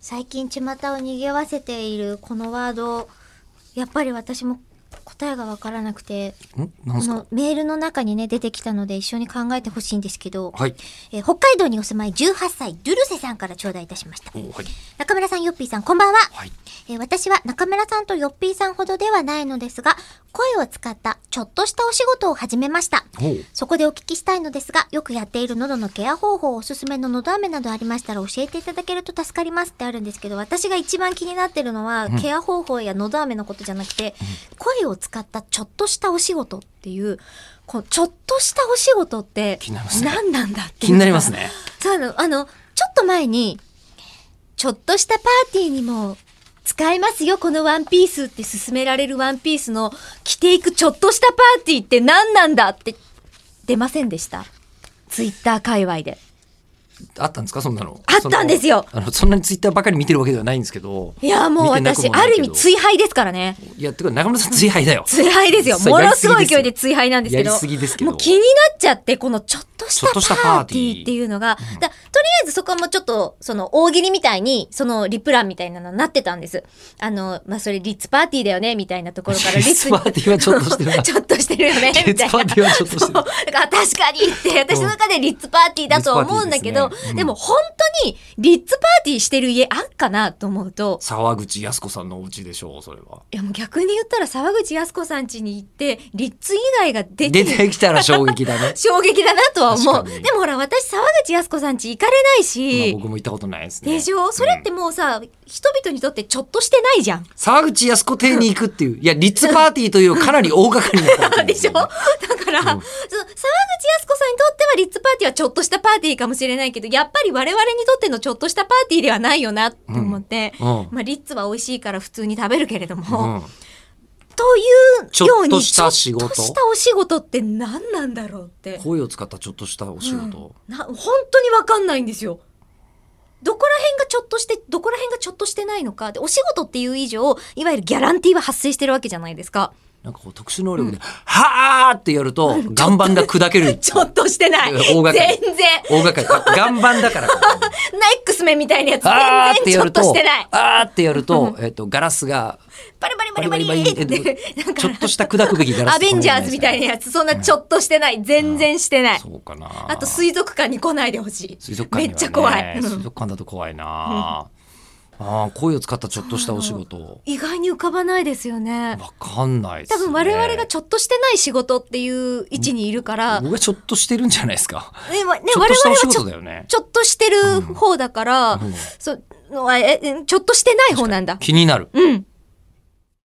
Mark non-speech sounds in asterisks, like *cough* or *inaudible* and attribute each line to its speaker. Speaker 1: 最近巷を賑わせているこのワードやっぱり私も答えが分からなくて
Speaker 2: んなん
Speaker 1: こ
Speaker 2: すか
Speaker 1: のメールの中にね出てきたので一緒に考えてほしいんですけど、
Speaker 2: はい。
Speaker 1: えー北海道にお住まい18歳ドゥルセさんから頂戴いたしました
Speaker 2: おはい。
Speaker 1: 中村さんヨッピーさんこんばんは、
Speaker 2: はい。
Speaker 1: えー私は中村さんとヨッピーさんほどではないのですが声を使ったちょっとしたお仕事を始めました
Speaker 2: おう
Speaker 1: そこでお聞きしたいのですが、よくやっている喉のケア方法、おすすめの喉飴などありましたら教えていただけると助かりますってあるんですけど、私が一番気になってるのは、ケア方法や喉飴のことじゃなくて、声を使ったちょっとしたお仕事っていう、こうちょっとしたお仕事って
Speaker 2: 気になりますね
Speaker 1: 何なんだっていうか
Speaker 2: 気になります。ね。
Speaker 1: *laughs* そうなの、あの、ちょっと前に、ちょっとしたパーティーにも使えますよ、このワンピースって勧められるワンピースの着ていくちょっとしたパーティーって何なんだって出ませんでした。ツイッター界隈で。
Speaker 2: あったんですかそんなの。
Speaker 1: あったんですよ
Speaker 2: そのあの、そんなにツイッターばかり見てるわけではないんですけど。
Speaker 1: いや、もう
Speaker 2: 見てなく
Speaker 1: 私、
Speaker 2: もな
Speaker 1: あ
Speaker 2: いけ
Speaker 1: る
Speaker 2: ど
Speaker 1: 意味追敗ですからね。
Speaker 2: いや、てか中村さん追敗だよ。
Speaker 1: 追敗ですよ。
Speaker 2: そ
Speaker 1: も
Speaker 2: う
Speaker 1: のすごい勢
Speaker 2: や
Speaker 1: い
Speaker 2: りす
Speaker 1: で追
Speaker 2: ぎで
Speaker 1: 敗なんですけど。
Speaker 2: やりすぎですけど
Speaker 1: もう気になっちゃって、このちょっと
Speaker 2: ちょっと
Speaker 1: し
Speaker 2: したた
Speaker 1: パ
Speaker 2: パ
Speaker 1: ー
Speaker 2: ー
Speaker 1: テ
Speaker 2: テ
Speaker 1: ィ
Speaker 2: ィ
Speaker 1: ー
Speaker 2: ー
Speaker 1: っていうのが、だとりあえずそこはもうちょっと、その、大喜利みたいに、その、リプランみたいなのになってたんです。あの、まあ、それ、リッツパーティーだよね、みたいなところから、
Speaker 2: リッツパーティーはちょっとしてる
Speaker 1: *laughs*
Speaker 2: な
Speaker 1: ちょっとしてるよね、みたいな。
Speaker 2: リッツパーティーはちょっとしてる
Speaker 1: そうだから確かにって、私の中でリッツパーティーだとは思うんだけど、
Speaker 2: リッ
Speaker 1: で
Speaker 2: ツパーティーですねうん
Speaker 1: も本当に、リッツパーティーしてる家あんかなと思うと、
Speaker 2: 沢口靖子さんのお家でしょう、それは。
Speaker 1: いやもう逆に言ったら沢口靖子さん家に行ってリッツ以外が出て。
Speaker 2: 出てきたら衝撃だね
Speaker 1: *laughs* 衝撃だなとは思う
Speaker 2: 確かに
Speaker 1: でもほら私沢口靖子さん家行かれない
Speaker 2: まあ
Speaker 1: し、
Speaker 2: 僕も行ったことないですね。
Speaker 1: でしょそれってもうさ、人々にとってちょっとしてないじゃん。
Speaker 2: 沢口靖子邸に行くっていう。いや、リッツパーティーというかなり大掛かりなパーティー
Speaker 1: でしょだから、その沢口靖子さんにとってはリッツパーティーはちょっとしたパーティーかもしれないけどやっぱり我々にとってのちょっとしたパーティーではないよなって思って、
Speaker 2: うんうん
Speaker 1: まあ、リッツは美味しいから普通に食べるけれども、
Speaker 2: うん。
Speaker 1: というように
Speaker 2: ちょっとした仕
Speaker 1: ちょ
Speaker 2: 事
Speaker 1: っとしたお仕事って何なんだろうって。
Speaker 2: 声を使ったちょっとしたお仕事。
Speaker 1: な本当に分かんないんですよ。どこら辺がちょっとしてどこら辺がちょっとしてないのかでお仕事っていう以上いわゆるギャランティーは発生してるわけじゃないですか
Speaker 2: なんかこう特殊能力で、はーってやると、岩盤が砕け
Speaker 1: *laughs*
Speaker 2: る。
Speaker 1: ちょっとしてない
Speaker 2: いや大掛かり
Speaker 1: 全然
Speaker 2: 大掛かりあ。岩盤だ *laughs* から。
Speaker 1: ナイックスメンみたいなやつ
Speaker 2: あーっ
Speaker 1: 全
Speaker 2: て
Speaker 1: 然ち
Speaker 2: や
Speaker 1: ょっ
Speaker 2: る
Speaker 1: と
Speaker 2: と、
Speaker 1: してない
Speaker 2: あーってやると、えっと、ガラスが、
Speaker 1: バリバリバリバリって *laughs* なん
Speaker 2: ちょっと
Speaker 1: か
Speaker 2: した砕くべきガラス。
Speaker 1: アベンジャーズみたいなやつそんなちょっとしてない全然してない
Speaker 2: そうかな。
Speaker 1: あと水族館に来ないでほしい
Speaker 2: 水族館にはね
Speaker 1: めっちゃ怖いうん
Speaker 2: 水族館だと怖いな。ああ、声を使ったちょっとしたお仕事。
Speaker 1: 意外に浮かばないですよね
Speaker 2: わかんないです
Speaker 1: 多
Speaker 2: ね。
Speaker 1: 分我々がちょっとしてない仕事っていう位置にいるから、
Speaker 2: 僕はちょっとしてるんじゃないですか。
Speaker 1: ねわね
Speaker 2: ちょっ
Speaker 1: 我
Speaker 2: としたお
Speaker 1: 々
Speaker 2: 仕
Speaker 1: はちょ
Speaker 2: 事だよね。
Speaker 1: ちょっとしてる方だから、
Speaker 2: ん
Speaker 1: そのええちょっとしてない方なんだ。
Speaker 2: 気になる。
Speaker 1: うん。